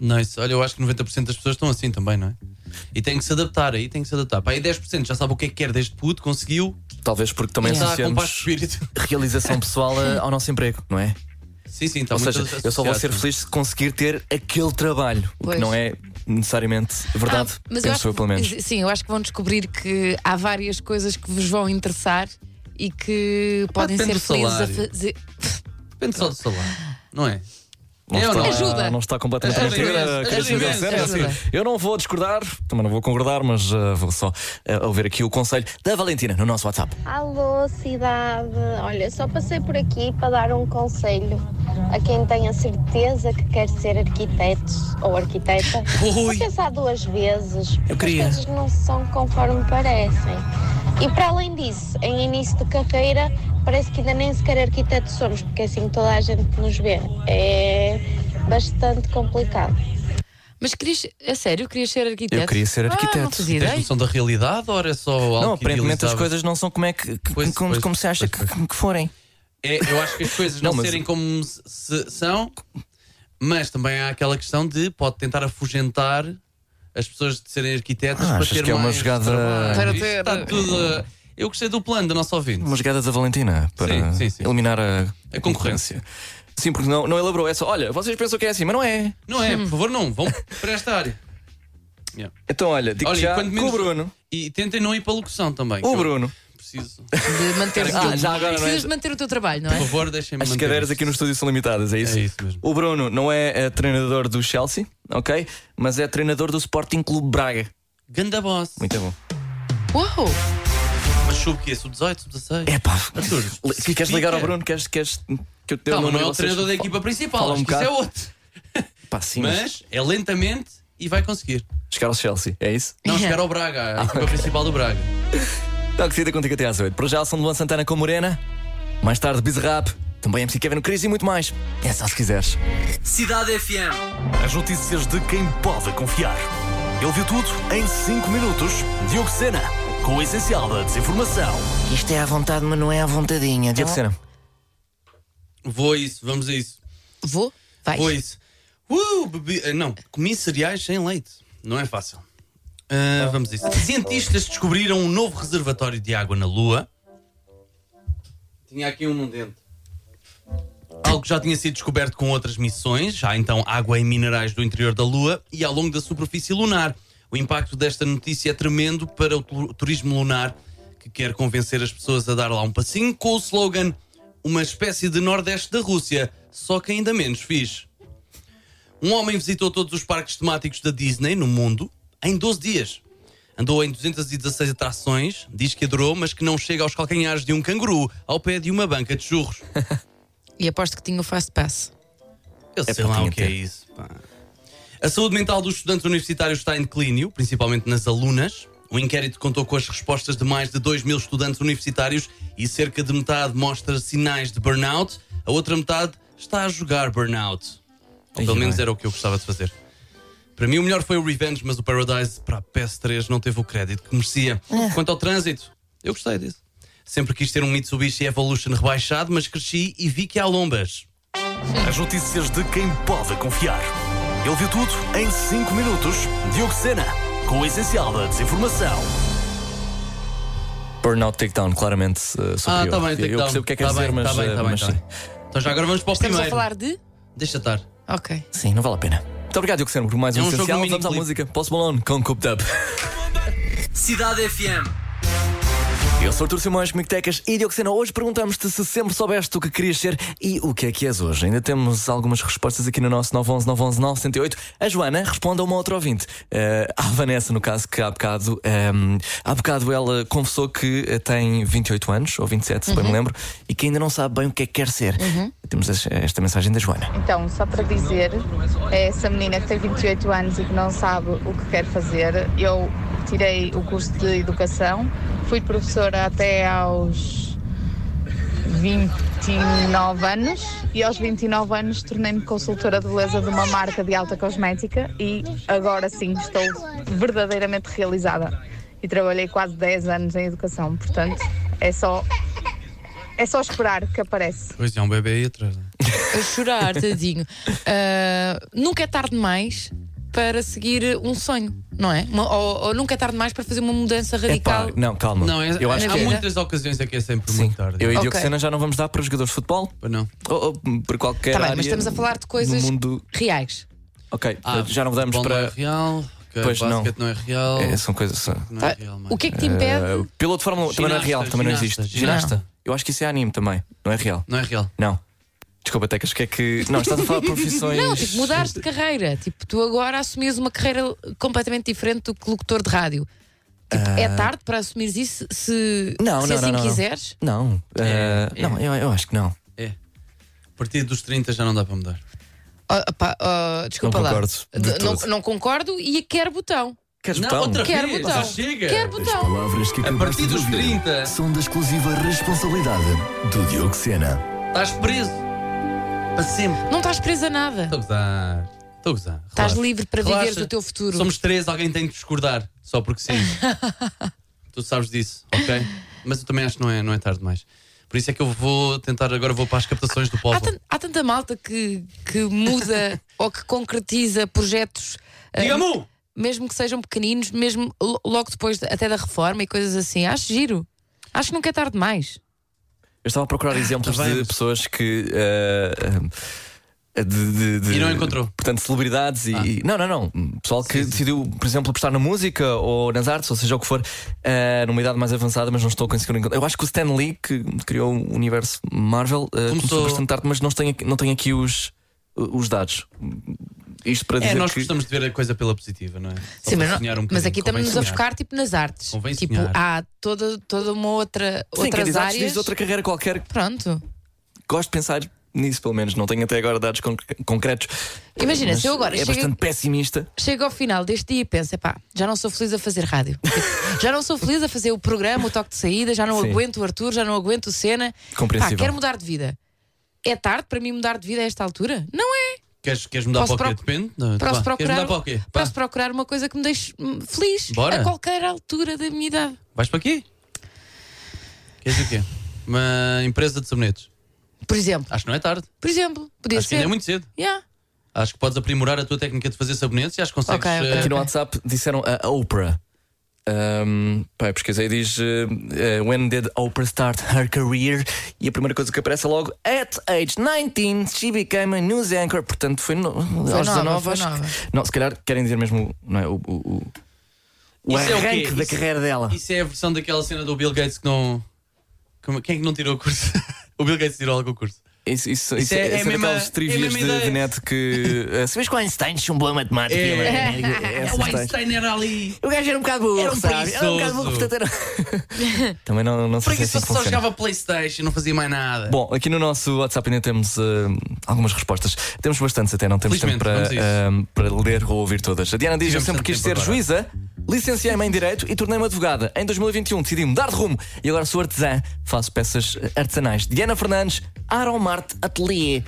S5: Nice. Olha, eu acho que 90% das pessoas estão assim também, não é? E tem que se adaptar aí, tem que se adaptar. Pá, aí 10% já sabe o que é que quer desde puto, conseguiu,
S3: Talvez porque também
S5: está com paz de
S3: associamos
S5: espírito.
S3: realização pessoal a- ao nosso emprego, não é?
S5: Sim, sim, está
S3: Ou
S5: muito
S3: seja,
S5: associado,
S3: eu só vou ser
S5: sim.
S3: feliz se conseguir ter aquele trabalho, o que
S4: Pois.
S3: não é necessariamente é verdade.
S4: Ah, mas eu
S3: penso
S4: acho
S3: eu, pelo menos.
S4: que- Sim, eu acho que vão descobrir que há várias coisas que vos vão interessar e que podem
S5: depende
S4: ser
S5: do
S4: felizes a
S5: salário.
S4: fazer.
S5: Depende só do salário, não é?
S3: Não
S5: Eu
S3: está,
S5: não.
S4: Ajuda.
S3: Não está completamente
S5: Ajuda
S3: mentira.
S5: imenso,
S3: queria
S5: ajuda
S3: dizer,
S5: imenso,
S3: sério,
S4: ajuda.
S3: assim, Eu não vou discordar, também não vou concordar, mas ah, vou só ah, ouvir aqui o conselho da Valentina no nosso WhatsApp.
S9: Alô, cidade! Olha, só passei por aqui para dar um conselho a quem tem a certeza que quer ser arquiteto ou arquiteta.
S5: Ui.
S9: A pensar duas vezes, porque
S5: queria.
S9: as coisas não são conforme parecem. E para além disso, em início de carreira, parece que ainda nem sequer arquitetos somos, porque é assim que toda a gente nos vê. É bastante complicado.
S4: Mas querias, a sério, querias ser arquiteto?
S3: Eu queria ser
S4: Ah, não
S3: arquiteto.
S4: fazia
S5: Tens
S4: ideia.
S5: noção da realidade ou é só algo
S3: não,
S5: que
S3: aparentemente as
S5: idealizavas?
S3: coisas não são como, é que, que-
S5: Pois,
S3: como,
S5: pois,
S3: como se acha
S5: pois,
S3: que- que forem.
S5: É, eu acho que as coisas não,
S3: Não, mas-
S5: serem como se- são, mas também há aquela questão de pode tentar afugentar as pessoas de serem arquitetas
S3: Ah,
S5: para
S3: achas
S5: ter
S3: que é uma
S5: mais
S3: jogada-
S5: trabalho.
S4: Para
S5: Isto
S4: ter- é.
S5: Está tudo. a- Eu gostei do plano da nossa ouvinte.
S3: Uma jogada da Valentina para
S5: Sim, sim, sim.
S3: eliminar a,
S5: A concorrência.
S3: Sim, porque não, não elaborou essa. Olha, vocês pensam que é assim, mas não é.
S5: Não é,
S4: Hum.
S5: por favor, não. Vão para esta área.
S3: Então, olha, digo
S5: Olha, e
S3: já
S5: quando
S3: com
S5: menos-
S3: o Bruno.
S5: E tentem não ir para a locução também. que
S3: O
S5: eu
S3: Bruno.
S5: Preciso.
S4: De manter
S3: Ah, já agora não é-
S4: Precisas de manter o teu trabalho, não
S5: Por
S4: é?
S5: favor, deixem-me
S3: As
S5: manter
S3: cadeiras
S5: isto.
S3: aqui no estúdio são limitadas, é isso?
S5: É isso mesmo.
S3: O Bruno não é, eh, treinador do Chelsea, ok? Mas é treinador do Sporting Clube Braga.
S5: Ganda boss.
S3: Muito bom.
S4: Uau!
S5: Mas soube que é sub-18, sub-16.
S3: É pá,
S5: Arthur,
S3: queres ligar ao
S5: explica.
S3: Bruno? Queres, queres que eu te dê o
S5: Calma, é. não
S3: número e
S5: é o
S3: vocês-
S5: treinador da equipa principal.
S3: fala um
S5: acho que isso é
S3: bocado.
S5: outro.
S3: Pá, sim, mas...
S5: Mas é lentamente e vai conseguir.
S3: chegar ao Chelsea, é isso?
S5: Não, chegar ao
S3: Ah,
S5: Braga, a equipa principal do Braga.
S3: Toxida Tá contigo até às 8. Para já, são de Luan Santana com Morena. Mais tarde, Bizrap. Também é MC Kevin no Cris e muito mais. É só se quiseres.
S1: Cidade FM. As notícias de quem pode confiar. Ele viu tudo em 5 minutos. Diogo Sena, com o essencial da desinformação.
S3: Isto é à vontade, mas não é à vontadinha. Diogo Sena.
S5: Vou a isso, vamos a isso.
S4: Vou? Vai.
S5: Vou a isso. Uh, bebi- eh, Não, comi cereais sem leite. Não é fácil. Ah, vamos a isso. Cientistas descobriram um novo reservatório de água na Lua. Tinha aqui um num dente. Algo que já tinha sido descoberto com outras missões, há então água e minerais do interior da Lua e ao longo da superfície lunar. O impacto desta notícia é tremendo para o tu- turismo lunar, que quer convencer as pessoas a dar lá um passinho com o slogan Uma espécie de Nordeste da Rússia, só que ainda menos fixe. Um homem visitou todos os parques temáticos da Disney no mundo em 12 dias. Andou em 216 atrações, diz que adorou, mas que não chega aos calcanhares de um canguru ao pé de uma banca de churros.
S4: E aposto que tinha o fast pass.
S5: Eu sei
S3: pá,
S5: lá
S3: tinha
S5: o que é
S3: tempo.
S5: isso. pá. A saúde mental dos estudantes universitários está em declínio, principalmente nas alunas. O inquérito contou com as respostas de mais de 2 mil estudantes universitários e cerca de metade mostra sinais de burnout, a outra metade está a jogar burnout. Ou
S3: Ai,
S5: pelo menos
S3: bem.
S5: era o que eu gostava de fazer. Para mim, o melhor foi o Revenge, mas o Paradise para a PS3 não teve o crédito que merecia. Quanto ao trânsito, eu gostei disso. Sempre quis ter um Mitsubishi Evolution rebaixado, mas cresci e vi que há lombas.
S1: As notícias de quem pode confiar. Ele viu tudo em 5 minutos. Diogo Sena, com o essencial da desinformação.
S3: Burnout Takedown, claramente eh, superior.
S5: Ah, está bem,
S3: Eu
S5: takedown.
S3: percebo o que é que quer
S5: Tá
S3: dizer,
S5: bem,
S3: mas,
S5: tá bem,
S3: eh,
S5: tá bem,
S3: mas
S5: tá
S3: sim.
S5: bem. Então já agora vamos para o
S4: Estamos a
S5: primeiro.
S4: falar de.
S5: Deixa estar.
S4: Ok.
S3: Sim, não vale a pena. Muito obrigado, Diogo Sena, por mais
S5: É
S3: um,
S5: um jogo
S3: essencial.
S5: mini
S3: Vamos à
S5: clip.
S3: música. Post Malone com Cooped Up.
S1: Cidade FM.
S3: Eu sou Artur Simões, comigo Tecas e Diogo Sena. Hoje perguntamos-te se sempre soubeste o que querias ser e o que é que és hoje. Ainda temos algumas respostas aqui no nosso 911 911 908. A Joana responde a uma outra ouvinte. Eh, à Vanessa, no caso, que há bocado, ehm, há bocado ela confessou que eh, tem 28 anos, ou 27, se bem me lembro, e que ainda não sabe bem o que é que quer ser. Temos es- esta mensagem da Joana.
S10: Então, só para dizer, a essa menina que tem 28 anos e que não sabe o que quer fazer, eu tirei o curso de educação, fui professora até aos 29 anos e aos 29 anos tornei-me consultora de beleza de uma marca de alta cosmética e agora sim estou verdadeiramente realizada. E trabalhei quase 10 anos em educação, portanto, é só, é só esperar que aparece.
S5: Pois é, um bebê aí atrás. né?
S4: A chorar, tadinho. Ah, nunca é tarde demais para seguir um sonho, não é? Uma- ou, ou nunca é tarde demais para fazer uma mudança
S3: Epá,
S4: radical. Tá
S3: não, calma.
S5: Não, é,
S3: eu acho
S5: há
S4: que é.
S5: muitas ocasiões é que é sempre
S3: Sim,
S5: muito tarde.
S3: eu e
S4: Ok.
S3: Diogo Sena já não vamos dar para os jogadores de futebol
S5: Pois não.
S3: ou, ou por qualquer
S4: Tá bem,
S3: área
S4: mas estamos a falar de coisas
S3: no mundo.
S4: reais.
S3: Ok,
S5: Ah,
S3: já não damos para.
S5: futebol Não é real, okay,
S3: Pois não.
S5: basquete não. é real.
S3: É, são coisas. são-
S5: Não é
S4: Ah,
S5: real, mano.
S4: O que é que te impede?
S3: Uh, piloto de Fórmula 1 também não é
S5: Ginasta,
S3: real, também não
S5: ginasta,
S3: existe.
S5: ginasta.
S3: Eu acho que isso é anime também, não é real.
S5: Não é real.
S3: Não. Desculpa, Tecas, o que é que. Não, estás a falar de profissões.
S4: Não, tipo, mudares de carreira. Tipo, tu agora assumias uma carreira completamente diferente do que locutor de rádio. Tipo, É tarde para assumires isso se,
S3: Ah. Não,
S4: se
S3: não,
S4: assim
S3: não, não.
S4: quiseres?
S3: Não, eh,
S5: É, é.
S3: não eu, eu acho que não.
S5: É. A partir dos 30 já não dá para mudar.
S4: Oh, pá, oh, desculpa
S3: Não
S4: lá.
S3: concordo de
S4: D- não,
S3: todo.
S4: não concordo e quero botão.
S3: Queres
S5: não,
S3: botão?
S5: outra
S4: Quero
S5: vez.
S4: botão.
S5: Já chega.
S4: Quero
S1: As
S4: botão.
S1: palavras que
S5: A
S1: acabaste
S5: partir
S1: de
S5: dos
S1: ouvir
S5: 30.
S1: são da exclusiva responsabilidade do Diogo Sena.
S5: Estás preso. Para sempre.
S4: Não estás presa a nada.
S5: Estou a gozar. Estou a gozar.
S4: Estás
S5: Relaxa.
S4: livre para
S5: Relaxa.
S4: viveres o teu futuro.
S5: Somos três, alguém tem que discordar. Só porque sim. tu sabes disso, ok? Mas eu também acho que não é, não é tarde demais. Por isso é que eu vou tentar agora, vou para as captações do
S4: Há,
S5: povo.
S4: tan- há tanta malta que, que muda ou que concretiza projetos. ah,
S5: Diga-me! um!
S4: mesmo que sejam pequeninos, mesmo lo- logo depois de- até da reforma e coisas assim. Acho giro. Acho que nunca é tarde demais.
S3: Eu estava a procurar exemplos
S5: Tá bem,
S3: de
S5: mas-
S3: pessoas que. eh, eh, de- de- de-
S5: E não encontrou.
S3: Portanto, celebridades e,
S5: Ah.
S3: e- Não, não, não. Pessoal que decidiu, por exemplo, apostar na música ou nas artes, ou seja o que for, eh, numa idade mais avançada, mas não estou conseguindo encontrar. Eu acho que o Stan Lee, que criou o universo Marvel, eh, começou...
S5: Começou-
S3: bastante tarde, mas não tem, aqui- não tem aqui os, os dados. Isto para
S5: É,
S3: dizer
S5: nós
S3: que.
S5: gostamos de ver a coisa pela positiva, não é? Só
S4: Sim,
S5: para
S4: mas, não-
S5: sonhar um
S4: mas
S5: bocadinho.
S4: aqui
S5: Convém
S4: estamos a
S5: sonhar.
S4: focar tipo nas artes.
S5: Convém
S4: tipo,
S5: sonhar.
S4: há toda, toda uma outra
S3: Sim, quem
S4: outras
S3: diz artes
S4: áreas.
S3: diz outra carreira qualquer.
S4: Pronto.
S3: Gosto de pensar nisso, pelo menos. Não tenho até agora dados concre- concretos.
S4: Imagina,
S3: Mas
S4: se eu agora
S3: É
S4: chego-
S3: bastante pessimista.
S4: Chego ao final deste dia e penso, pá, já não sou feliz a fazer rádio. Tipo, já não sou feliz a fazer o programa, o toque de saída, já não
S3: Sim.
S4: aguento o Arthur, já não aguento o Senna. Pá,
S3: Compreensível.
S4: quero mudar de vida. É tarde para mim mudar de vida a esta altura? Não é.
S5: Queres, queres mudar
S4: Posso
S5: para o quê?
S4: proc-
S5: Depende.
S4: Posso
S5: Não, vá. Queres mudar
S4: procurar,
S5: para o quê? Pá,
S4: posso procurar uma coisa que me deixe hum, feliz
S5: Bora.
S4: a qualquer altura da minha idade.
S5: Vais para aqui? Queres o quê? Uma empresa de sabonetes.
S4: Por exemplo,
S5: Acho que não é tarde.
S4: por exemplo, podia
S5: acho que
S4: ser.
S5: ainda é muito cedo.
S4: Yeah.
S5: Acho que podes aprimorar a tua técnica de fazer sabonetes e acho que consegues.
S4: Ok, ok.
S5: eh,
S3: Aqui no WhatsApp disseram a Oprah. Um, pá, eu pesquisei diz eh, eh, When did Oprah start her career? E a primeira coisa que aparece é logo At age 19 she became a news anchor Portanto foi, no, aos 19
S4: nova, foi
S3: acho que-
S4: nova.
S3: Não, se calhar querem dizer mesmo não é, o, o, o- o
S5: Isso é o quê?
S3: arranque da
S5: Isso-
S3: carreira dela
S5: Isso é a versão daquela cena do Bill Gates que não. Como- Quem é que não tirou o curso? o Bill Gates tirou algum curso.
S3: Isso, isso,
S5: Isso
S3: isso
S5: é-
S3: é,
S5: é
S3: isso é
S5: mesmo a-
S3: daquelas
S5: é
S3: trivias
S5: mesmo a
S3: de, de
S5: ideia.
S3: net que eh, Sabias que o Einstein chumbou a matemática?
S5: É.
S3: Ele era-
S4: É
S3: essas tais.
S5: era ali.
S3: O gajo era um bocado burro,
S5: Era um
S3: sabe? Era um bocado burro,
S5: preguiçoso.
S3: portanto era- Também não, não sei se é
S5: Para que
S3: assim
S5: se
S3: que
S5: só
S3: funciona.
S5: jogava Playstation não fazia mais nada?
S3: Bom, aqui no nosso WhatsApp ainda temos eh, algumas respostas. Temos bastantes até, não temos tempo
S5: Felizmente,
S3: para,
S5: vamos a
S3: eh,
S5: isso.
S3: para ler ou ouvir todas. A Diana diz: Eu
S5: Tivemos
S3: sempre
S5: tanto
S3: quis ser
S5: tempo agora."
S3: juíza, licenciei-me em Direito e tornei-me advogada. Em 2021 decidi mudar de rumo e agora sou artesã, faço peças eh, artesanais. Diana Fernandes, Aromart
S5: Então
S3: Atelier.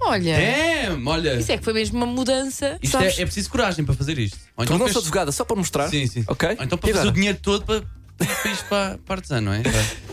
S4: Olha,
S5: Damn, olha.
S4: isso é que foi mesmo uma mudança.
S5: Isto é,
S4: sabes?
S5: é preciso coragem para fazer isto. Ou então
S3: Tornou-se
S5: fez-
S3: advogada só para mostrar.
S5: Sim, sim.
S3: Ok?
S5: Ou
S3: E
S5: então para fazer
S3: agora?
S5: o dinheiro todo para, para isto para, para artesã, não é?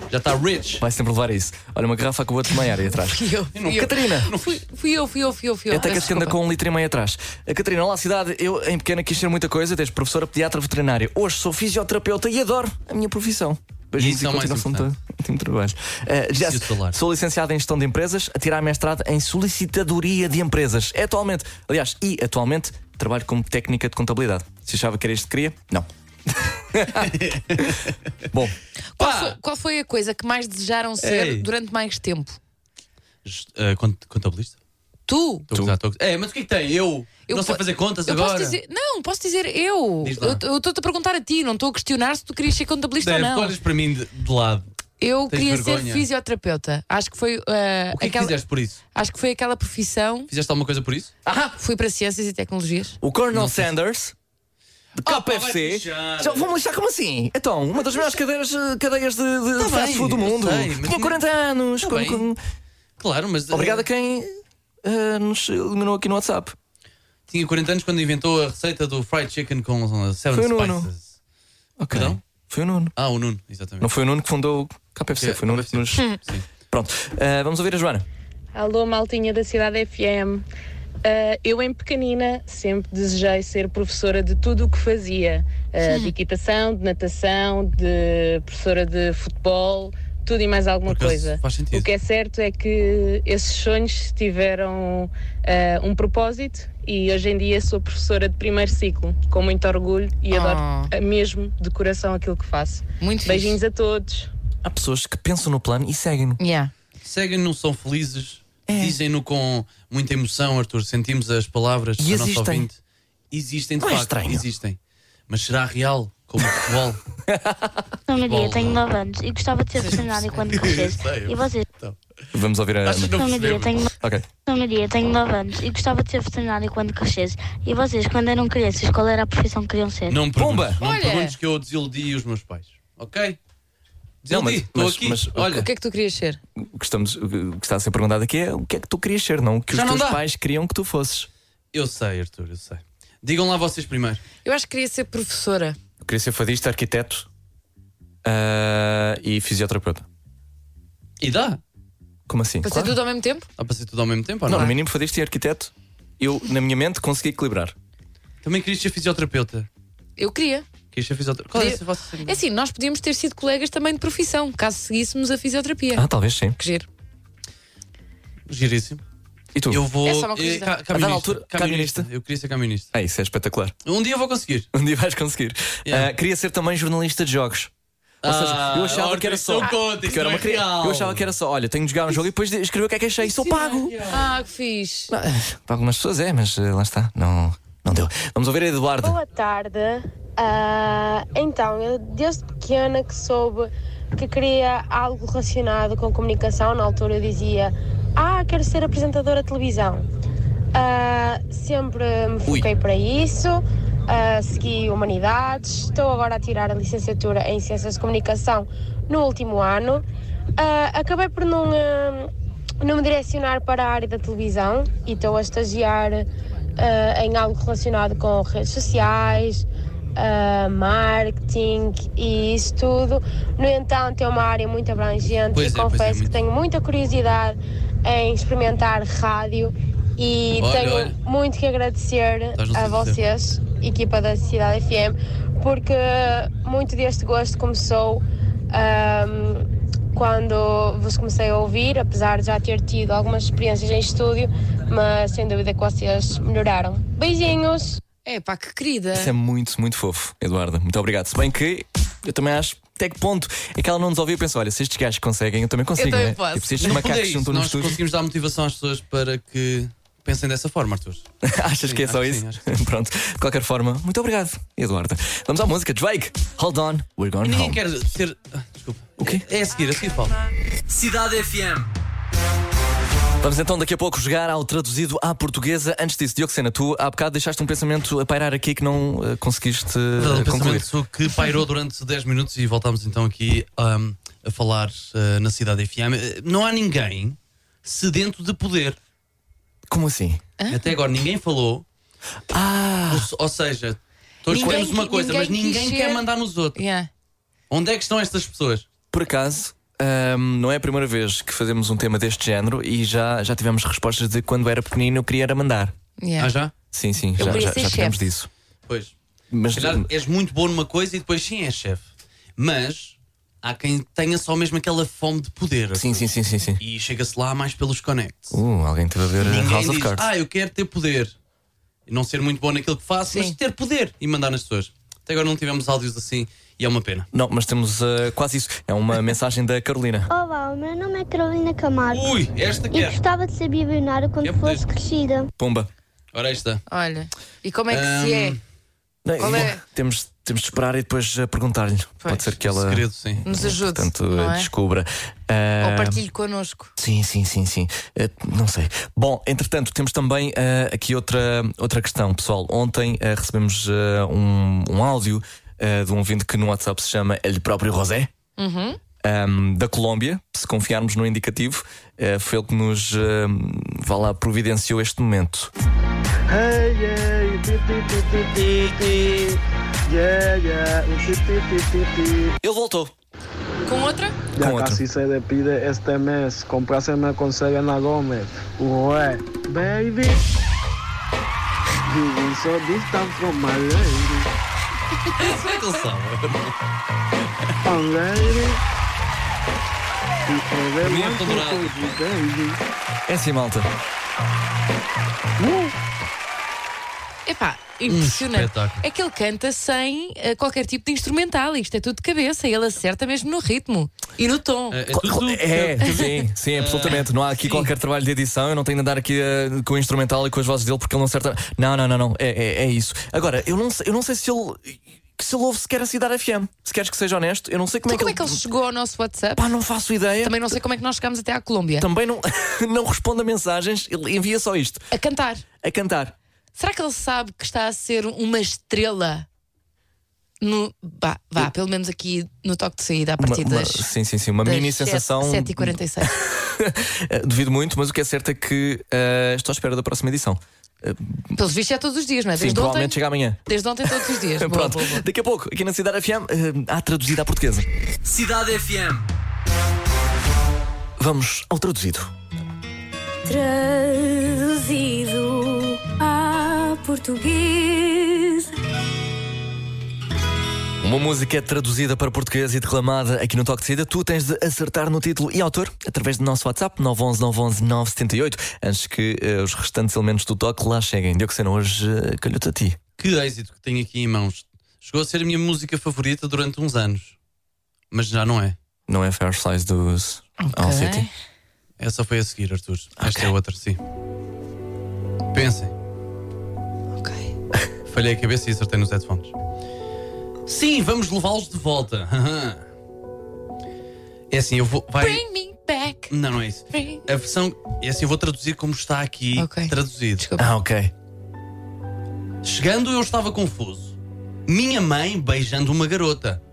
S5: Já está rich.
S3: Vai sempre levar a isso. Olha, uma garrafa acabou de desmaiar aí atrás.
S4: Fui eu, fui
S5: não-
S4: eu.
S3: Catarina.
S4: Fui, fui eu, fui eu, fui eu, fui eu.
S3: Até que
S4: Peço
S3: se anda
S4: desculpa.
S3: com um litro e meio atrás. A Catarina, olá cidade, eu em pequena quis ser muita coisa, desde professora, pediatra, veterinária. Hoje sou fisioterapeuta e adoro a minha profissão. Beijinhos
S5: Isso é o mais
S3: continuação
S5: importante.
S3: de ótimo trabalho. Uh, Jess,
S5: Preciso falar.
S3: sou licenciada em gestão de empresas, a tirar mestrado em solicitadoria de empresas. É atualmente, aliás, e atualmente trabalho como técnica de contabilidade. Se achava que era isto que queria, não. Bom,
S4: Qual
S5: Pá!
S4: foi, qual foi a coisa que mais desejaram ser
S5: Ei.
S4: durante mais tempo?
S5: Just- eh, cont- contabilista?
S4: Tu?
S5: Estou a gozar, estou a gozar. É, mas o que é que tem? Eu,
S4: Eu
S5: não sei
S4: po-
S5: fazer contas
S4: Eu
S5: agora.
S4: posso dizer, não, posso dizer eu.
S5: Diz lá.
S4: Eu- Eu estou-te a perguntar a ti, não estou a questionar se tu querias ser contabilista
S5: Deve,
S4: ou
S5: tu
S4: não.
S5: olhas para mim de, de lado.
S4: Eu
S5: Tens
S4: queria ser
S5: vergonha.
S4: fisioterapeuta. Acho que foi uh,
S5: O que é que
S4: aquela,
S5: fizeste por isso?
S4: acho que foi aquela profissão.
S5: Fizeste alguma coisa por isso?
S4: Fui para ciências e tecnologias.
S3: o Colonel Sanders. De
S5: Ah, pá, vai
S3: KFC.
S5: puxar.
S3: Já, vamos lixar como assim? Então, uma das melhores cadeiras, eh, cadeias de, de
S5: é- Tá
S3: fast
S5: bem,
S3: food do
S5: eu
S3: mundo.
S5: sei, mas
S3: Tinha
S5: não-
S3: 40 anos.
S5: Tá
S3: quando-
S5: bem.
S3: quando-
S5: Claro, mas. eh,
S3: Obrigado a quem eh, nos eliminou aqui no WhatsApp.
S5: Tinha 40 anos quando inventou a receita do fried chicken com eh, seven
S3: Foi o Nuno.
S5: spices.
S3: Ok.
S5: Perdão?
S3: Foi o Nuno.
S5: Ah, o Nuno, exatamente.
S3: Não foi o Nuno que fundou o KFC,
S5: É,
S3: foi o Nuno que nos.
S5: Sim.
S3: Pronto, eh, vamos ouvir a Joana.
S11: Alô, maltinha da Cidade FM. Ah, eu, em pequenina, sempre desejei ser professora de tudo o que fazia: Ah, de equitação, de natação, de professora de futebol, tudo e mais alguma
S5: Por acaso,
S11: coisa.
S5: faz sentido.
S11: O que é certo é que esses sonhos tiveram ah, um propósito e hoje em dia sou professora de primeiro ciclo, com muito orgulho e
S4: Oh.
S11: adoro ah, mesmo de coração aquilo que faço.
S4: Muito
S11: Beijinhos a todos.
S3: Há pessoas que pensam no plano e seguem-no.
S4: fixe. Yeah.
S5: Seguem, não são felizes,
S3: É.
S5: Dizem-no com muita emoção, Arthur. Sentimos as palavras
S3: E
S5: do nosso
S3: existem?
S5: ouvinte. Existem, de
S3: Não é
S5: facto.
S3: estranho?
S5: Existem. Mas será real? Como o futebol?
S12: Sou Maria,
S5: Bola.
S12: tenho 9 anos e gostava de ser veterinária quando crescesse.
S5: sei, eu
S12: E vocês?
S3: Vamos ouvir a.
S5: Acho que não
S12: Sou Maria,
S5: percebo.
S12: tenho
S3: Ok.
S12: Sou Maria, tenho 9 anos e gostava de ser veterinária quando crescesse. E vocês, quando eram crianças, qual era a profissão que queriam ser?
S5: Não me perguntes,
S3: Pumba!
S5: não me
S4: Olha!
S5: perguntes que eu desiludi os meus pais. Ok?
S3: Não, mas-
S5: Desiludi. Estou
S3: mas-
S5: aqui.
S3: mas-
S5: Olha,
S4: O que é que tu querias ser?
S3: O que, estamos, o que o que está a ser perguntado aqui é o que é que tu querias ser, não o que
S5: Já
S3: os
S5: não
S3: teus
S5: dá.
S3: pais queriam que tu fosses.
S5: eu sei, Arthur, eu sei. Digam lá vocês primeiro.
S4: Eu acho que queria ser professora.
S3: Eu queria ser fadista, arquiteto ah, e fisioterapeuta.
S5: E dá.
S3: Como assim?
S4: Para
S3: Claro.
S4: ser tudo ao mesmo tempo?
S5: Dá para ser tudo ao mesmo tempo? ou
S3: Não,
S5: Não,
S3: no mínimo fadista e arquiteto, eu, na minha mente, consegui equilibrar.
S5: Também querias ser fisioterapeuta.
S4: Eu queria.
S5: Querias ser fisioterapeuta. Qual é
S4: Queria-
S5: esse vosso signo?
S4: É assim, nós podíamos ter sido colegas também de profissão, caso seguíssemos a fisioterapia.
S3: Ah, talvez sim.
S4: Que giro.
S5: Giríssimo.
S3: E tu?
S5: Eu vou.
S4: É só uma curiosidade.
S5: eh,
S4: A
S5: ca-
S4: dada
S5: Camionista.
S3: altura,
S5: camionista.
S3: camionista.
S5: Eu queria ser camionista.
S3: Ah, isso é espetacular.
S5: Um dia eu vou conseguir.
S3: Um dia vais conseguir.
S5: Yeah.
S3: Ah, queria ser também jornalista de jogos. Ou seja,
S5: Ah,
S3: eu achava que era
S5: isso não
S3: só.
S5: conta, isso
S3: porque eu, era
S5: não
S3: uma
S5: é
S3: criança.
S5: real.
S3: eu achava que era só, olha, tenho de jogar um jogo e depois de- escrever o que é que achei. Sou pago.
S4: Ah, que fixe.
S3: Não, eh, Para algumas pessoas é, mas eh, lá está. Não, não deu. Vamos ouvir a Eduardo.
S9: Boa tarde. Ah, então, eu desde pequena que soube que queria algo relacionado com comunicação, na altura eu dizia: Ah, quero ser apresentadora de televisão. Ah, sempre me foquei para isso, ah, segui humanidades, estou agora a tirar a licenciatura em Ciências de Comunicação no último ano. Ah, acabei por não, ah, não me direcionar para a área da televisão e estou a estagiar ah, em algo relacionado com redes sociais, ah, marketing e isso tudo. No entanto, é uma área muito abrangente
S5: Pois é, pois
S9: e
S5: é,
S9: confesso que
S5: muito.
S9: tenho muita curiosidade em experimentar rádio e
S5: Olha,
S9: tenho
S5: olha.
S9: muito que agradecer
S5: Estás-nos a
S9: a
S5: dizer.
S9: vocês, equipa da Cidade FM, porque muito deste gosto começou ahm, quando vos comecei a ouvir, apesar de já ter tido algumas experiências em estúdio, mas sem dúvida que vocês melhoraram. Beijinhos!
S4: É pá, que querida.
S3: Isso é muito, muito fofo, Eduardo. Muito obrigado. Se bem que eu também acho. Até que ponto é que ela não nos ouviu e pensou: olha, se estes gajos conseguem, eu também consigo.
S4: também
S3: né?
S4: posso.
S3: Tipo, se estes
S5: No fundo
S3: macacos
S5: é isso,
S3: juntam no
S5: Nós
S3: estúdio.
S5: conseguimos dar motivação às pessoas para que pensem dessa forma, Arthur.
S3: Achas
S5: Sim,
S3: que é
S5: acho
S3: só
S5: que
S3: isso?
S5: sim, acho
S3: Pronto. De qualquer forma, muito obrigado, Eduardo. Vamos à música. Drake, hold on, we're
S5: E
S3: going
S5: ninguém
S3: home.
S5: quer ser. Ah, Desculpa.
S3: O quê? Ah.
S5: É a seguir, a seguir falo.
S13: Cidade FM.
S3: Vamos então daqui a pouco jogar ao traduzido à portuguesa. Antes disso, Diocena, tu há bocado deixaste um pensamento a pairar aqui que não eh, conseguiste eh,
S5: Verdade, um
S3: concluir.
S5: pensamento que pairou durante 10 minutos e voltámos então aqui ahm, a falar ah, na cidade FM. Eh, Não há ninguém sedento de poder.
S3: Como assim?
S5: Até agora ninguém falou.
S3: Ah,
S5: Ou, se- ou seja, todos
S4: Ninguém
S5: queremos uma
S4: qui-
S5: coisa, mas
S4: ninguém quis
S5: ninguém
S4: ser-
S5: quer mandar nos outros.
S4: Yeah.
S5: Onde é que estão estas pessoas?
S3: por acaso. ahm, não é a primeira vez que fazemos um tema deste género e já, já tivemos respostas de quando era pequenino eu queria era mandar.
S4: Yeah.
S5: Ah, já?
S3: Sim, sim, já,
S4: queria
S3: já,
S4: ser
S3: já
S4: chefe.
S3: tivemos disso.
S5: Pois.
S3: Mas
S5: Se calhar és muito bom numa coisa e depois sim és chefe. Mas há quem tenha só mesmo aquela fome de poder.
S3: sim, sim, sim, sim, sim.
S5: E chega-se lá mais pelos connects.
S3: Uh, alguém teve a ver eh,
S5: Ninguém
S3: House of
S5: diz,
S3: Cards.
S5: ah, eu quero ter poder. E não ser muito bom naquilo que faço, mas
S4: Sim.
S5: ter poder e mandar nas pessoas. Até agora não tivemos áudios assim e é uma pena.
S3: Não, mas temos eh, quase isso. É uma mensagem da Carolina.
S12: Olá, o meu nome é Carolina Camargo
S5: Ui, esta é. quer.
S12: gostava de ser bilionária quando
S5: Quer fosse poder.
S12: crescida.
S3: Pomba.
S5: Ora aí está.
S4: Olha. E como é que se é?
S5: Ahm,
S3: Não,
S4: Qual é?
S3: Temos, temos de esperar e depois eh, perguntar-lhe. Pode ser que ela
S5: Segredo, sim.
S4: Nos ajude.
S3: portanto, eh,
S4: não é?
S3: descubra.
S4: Ou
S3: Ah,
S4: partilhe connosco.
S3: Sim, sim, sim, sim. Eh, não sei. Bom, entretanto, temos também eh, aqui outra, outra questão, pessoal. Ontem eh, recebemos eh, um, um áudio eh, de um ouvinte que no WhatsApp se chama El próprio Rosé. Ahm, da Colômbia, se confiarmos no indicativo, eh, foi ele que nos ahm, vá lá, providenciou este momento.
S7: Hey, yeah, ti, ti, ti, ti, ti, ti. Yeah, yeah, ti, ti, ti, ti, ti.
S3: Ele voltou.
S4: Com outra?
S7: Ya
S3: Con
S7: casi se despide este mes. Compráseme con Selena Gómez. Ué, é? baby. You were so distant from my lady.
S5: Como é que ele sabe?
S7: Oh, lady.
S4: é
S7: You ever
S5: Minha
S7: want to
S5: colorada.
S7: hold me, baby.
S3: É assim, malta.
S4: Epá,
S5: Um
S4: impressionante.
S5: espetáculo.
S4: é que ele canta sem eh, qualquer tipo de instrumental. Isto é tudo de cabeça. Ele acerta mesmo no ritmo e no tom.
S3: É, sim, sim, absolutamente. Não há aqui qualquer trabalho de edição. Eu não tenho de andar aqui eh, com o instrumental e com as vozes dele porque ele não acerta. Não, não, não, não. É, é, é isso. Agora, eu não, sei, eu não sei se ele. Que se ele ouve sequer a Cidade FM. Se queres que seja honesto, eu não sei como
S4: Então,
S3: é que
S4: como é que ele chegou ao nosso WhatsApp?
S3: Pá, não faço ideia.
S4: Também não sei como é que nós chegámos até à Colômbia.
S3: Também não, não responde a mensagens, ele envia só isto.
S4: A cantar.
S3: A cantar.
S4: Será que ele sabe que está a ser uma estrela? No, vá, vá, pelo menos aqui no toque de saída, a
S3: Uma-
S4: partir
S3: uma-
S4: das.
S3: sim, sim, sim. Uma
S4: das
S3: mini
S4: sete-
S3: sensação.
S4: 7h46.
S3: Eh, Duvido muito, mas o que é certo é que eh, estou à espera da próxima edição. Eh,
S4: Pelos vistos é todos os dias, não é?
S3: sim,
S4: Desde ontem.
S3: provavelmente chega amanhã.
S4: Desde ontem, todos os dias. Boa,
S3: Pronto,
S4: boa, boa.
S3: daqui a pouco, aqui na Cidade FM, eh, há traduzida à portuguesa.
S1: Cidade FM.
S3: Vamos ao traduzido.
S14: Traduzido a português.
S3: Uma música é traduzida para português e declamada aqui no Toque de Saída. Tu tens de acertar no título e autor através do nosso WhatsApp 911 911 978 antes que eh, os restantes elementos do toque lá cheguem. Diocesano, hoje eh, calhou-te a ti.
S5: Que êxito que tenho aqui em mãos. Chegou a ser a minha música favorita durante uns anos. Mas já não é.
S3: Não é Fair Size dos All City?
S5: Essa foi a seguir, Arthur. Esta é outra, sim. Pensem. Ok. Falhei a cabeça e acertei nos headphones. Sim, vamos levá-los de volta. Aham. É assim, eu vou. Vai...
S4: Bring me back.
S5: Não, não é isso.
S4: Bring...
S5: A versão. É assim, eu vou traduzir como está aqui traduzido.
S3: Ah, ok.
S5: Chegando, eu estava confuso. Minha mãe beijando uma garota.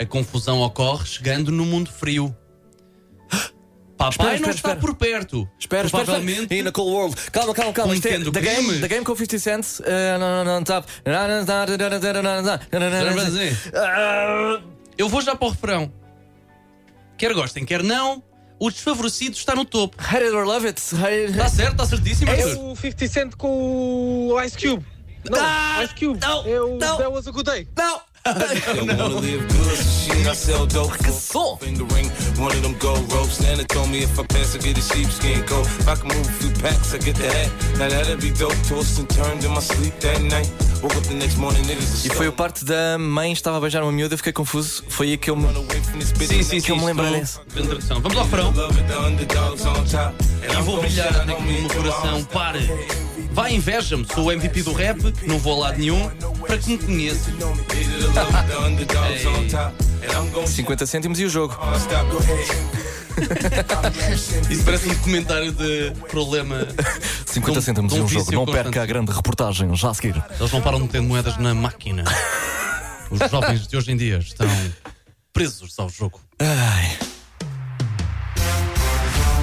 S5: A confusão ocorre chegando no mundo frio. Papai
S3: Espera,
S5: não
S3: espera,
S5: está
S3: espera.
S5: por perto.
S3: Espera, espera,
S5: Provavelmente.
S3: espera. E na Cold World. Calma, calma, calma. Isto é
S5: Cometendo
S3: da game,
S5: crimes.
S3: da game com 50 Cent. Eh, não, não, não, tap. Não, não, não, não, não, não, não, não, não, não.
S5: Ah, Eu vou já para o refrão. Quer gostem, quer não, o desfavorecido está no topo.
S3: Hate it or love it. Está
S5: certo, está certíssimo.
S15: É
S5: Arthur.
S15: o 50 Cent com o Ice Cube. Não, Ice Cube. Não, é o não, That Was a Good Day.
S3: Não!
S16: Que som! One of them gold ropes, Nana told me if I pass, I get a sheepskin coat. If I can move a few packs, I get the hat. Now that'd be dope. Tossed and turned in my sleep that night. Woke up the next morning, niggas.
S3: E foi o parte da mãe estava a beijar uma miúda, fiquei confuso. Foi aí que eu me.
S16: Sim, sim,
S3: que eu me
S16: sim,
S3: lembrei dessa.
S16: estou-
S5: Grande tradução. Vamos lá, refrão. E vou brilhar até que o meu coração pare. Vai inveja-me, sou o MVP do rap, não vou a lado nenhum, para que me conheças.
S3: 50 cêntimos e o jogo.
S5: Isso parece um comentário de problema.
S3: 50 cêntimos e
S5: de um
S3: um jogo.
S5: vício
S3: Não
S5: constante.
S3: perca a grande reportagem, já a seguir.
S5: Eles não param de meter moedas na máquina. Os jovens de hoje em dia estão presos ao jogo.
S3: Ai.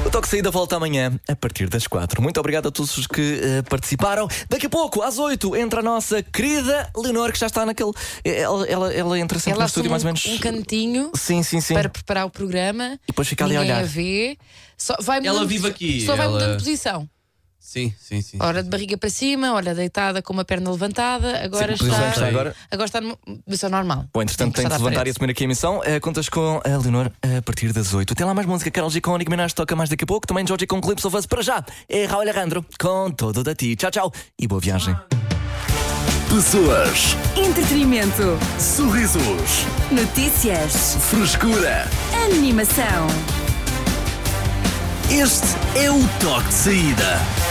S3: O Toque de Saída volta amanhã, a partir das 4. Muito obrigado a todos os que eh, participaram. Daqui a pouco, às 8, entra a nossa querida Leonor, que já está naquele. eh, Ela, ela, ela entra sempre
S4: Ela
S3: no
S4: assume
S3: estúdio mais ou menos.
S4: um, um cantinho
S3: Sim, sim, sim.
S4: para preparar o programa.
S3: E depois fica ali a
S4: Ninguém
S3: olhar.
S4: vê. Só vai
S5: Ela
S4: mudando-
S5: vive aqui,
S4: Só vai
S5: ela-
S4: mudando de posição.
S5: Sim, sim, sim.
S4: Ora de barriga para cima, ora deitada com uma perna levantada.
S3: Sim,
S4: Agora
S3: que posição
S4: está.
S3: é que está agora?
S4: está numa posição normal.
S3: Bom, entretanto, tem
S4: Encostada
S3: de
S4: à
S3: se levantar
S4: parede.
S3: e assumir aqui a emissão. Eh, contas com a Leonor eh, a partir das 8. Tem lá mais música, Carol G. com Nick Minaj toca mais daqui a pouco. Também Jorge com Clips of Us para já. É Raul Alejandro com todo da ti. Tchau, tchau e boa viagem.
S1: Pessoas.
S2: Entretenimento.
S1: Sorrisos.
S2: Notícias.
S1: Frescura.
S2: Animação.
S1: Este é o toque de saída.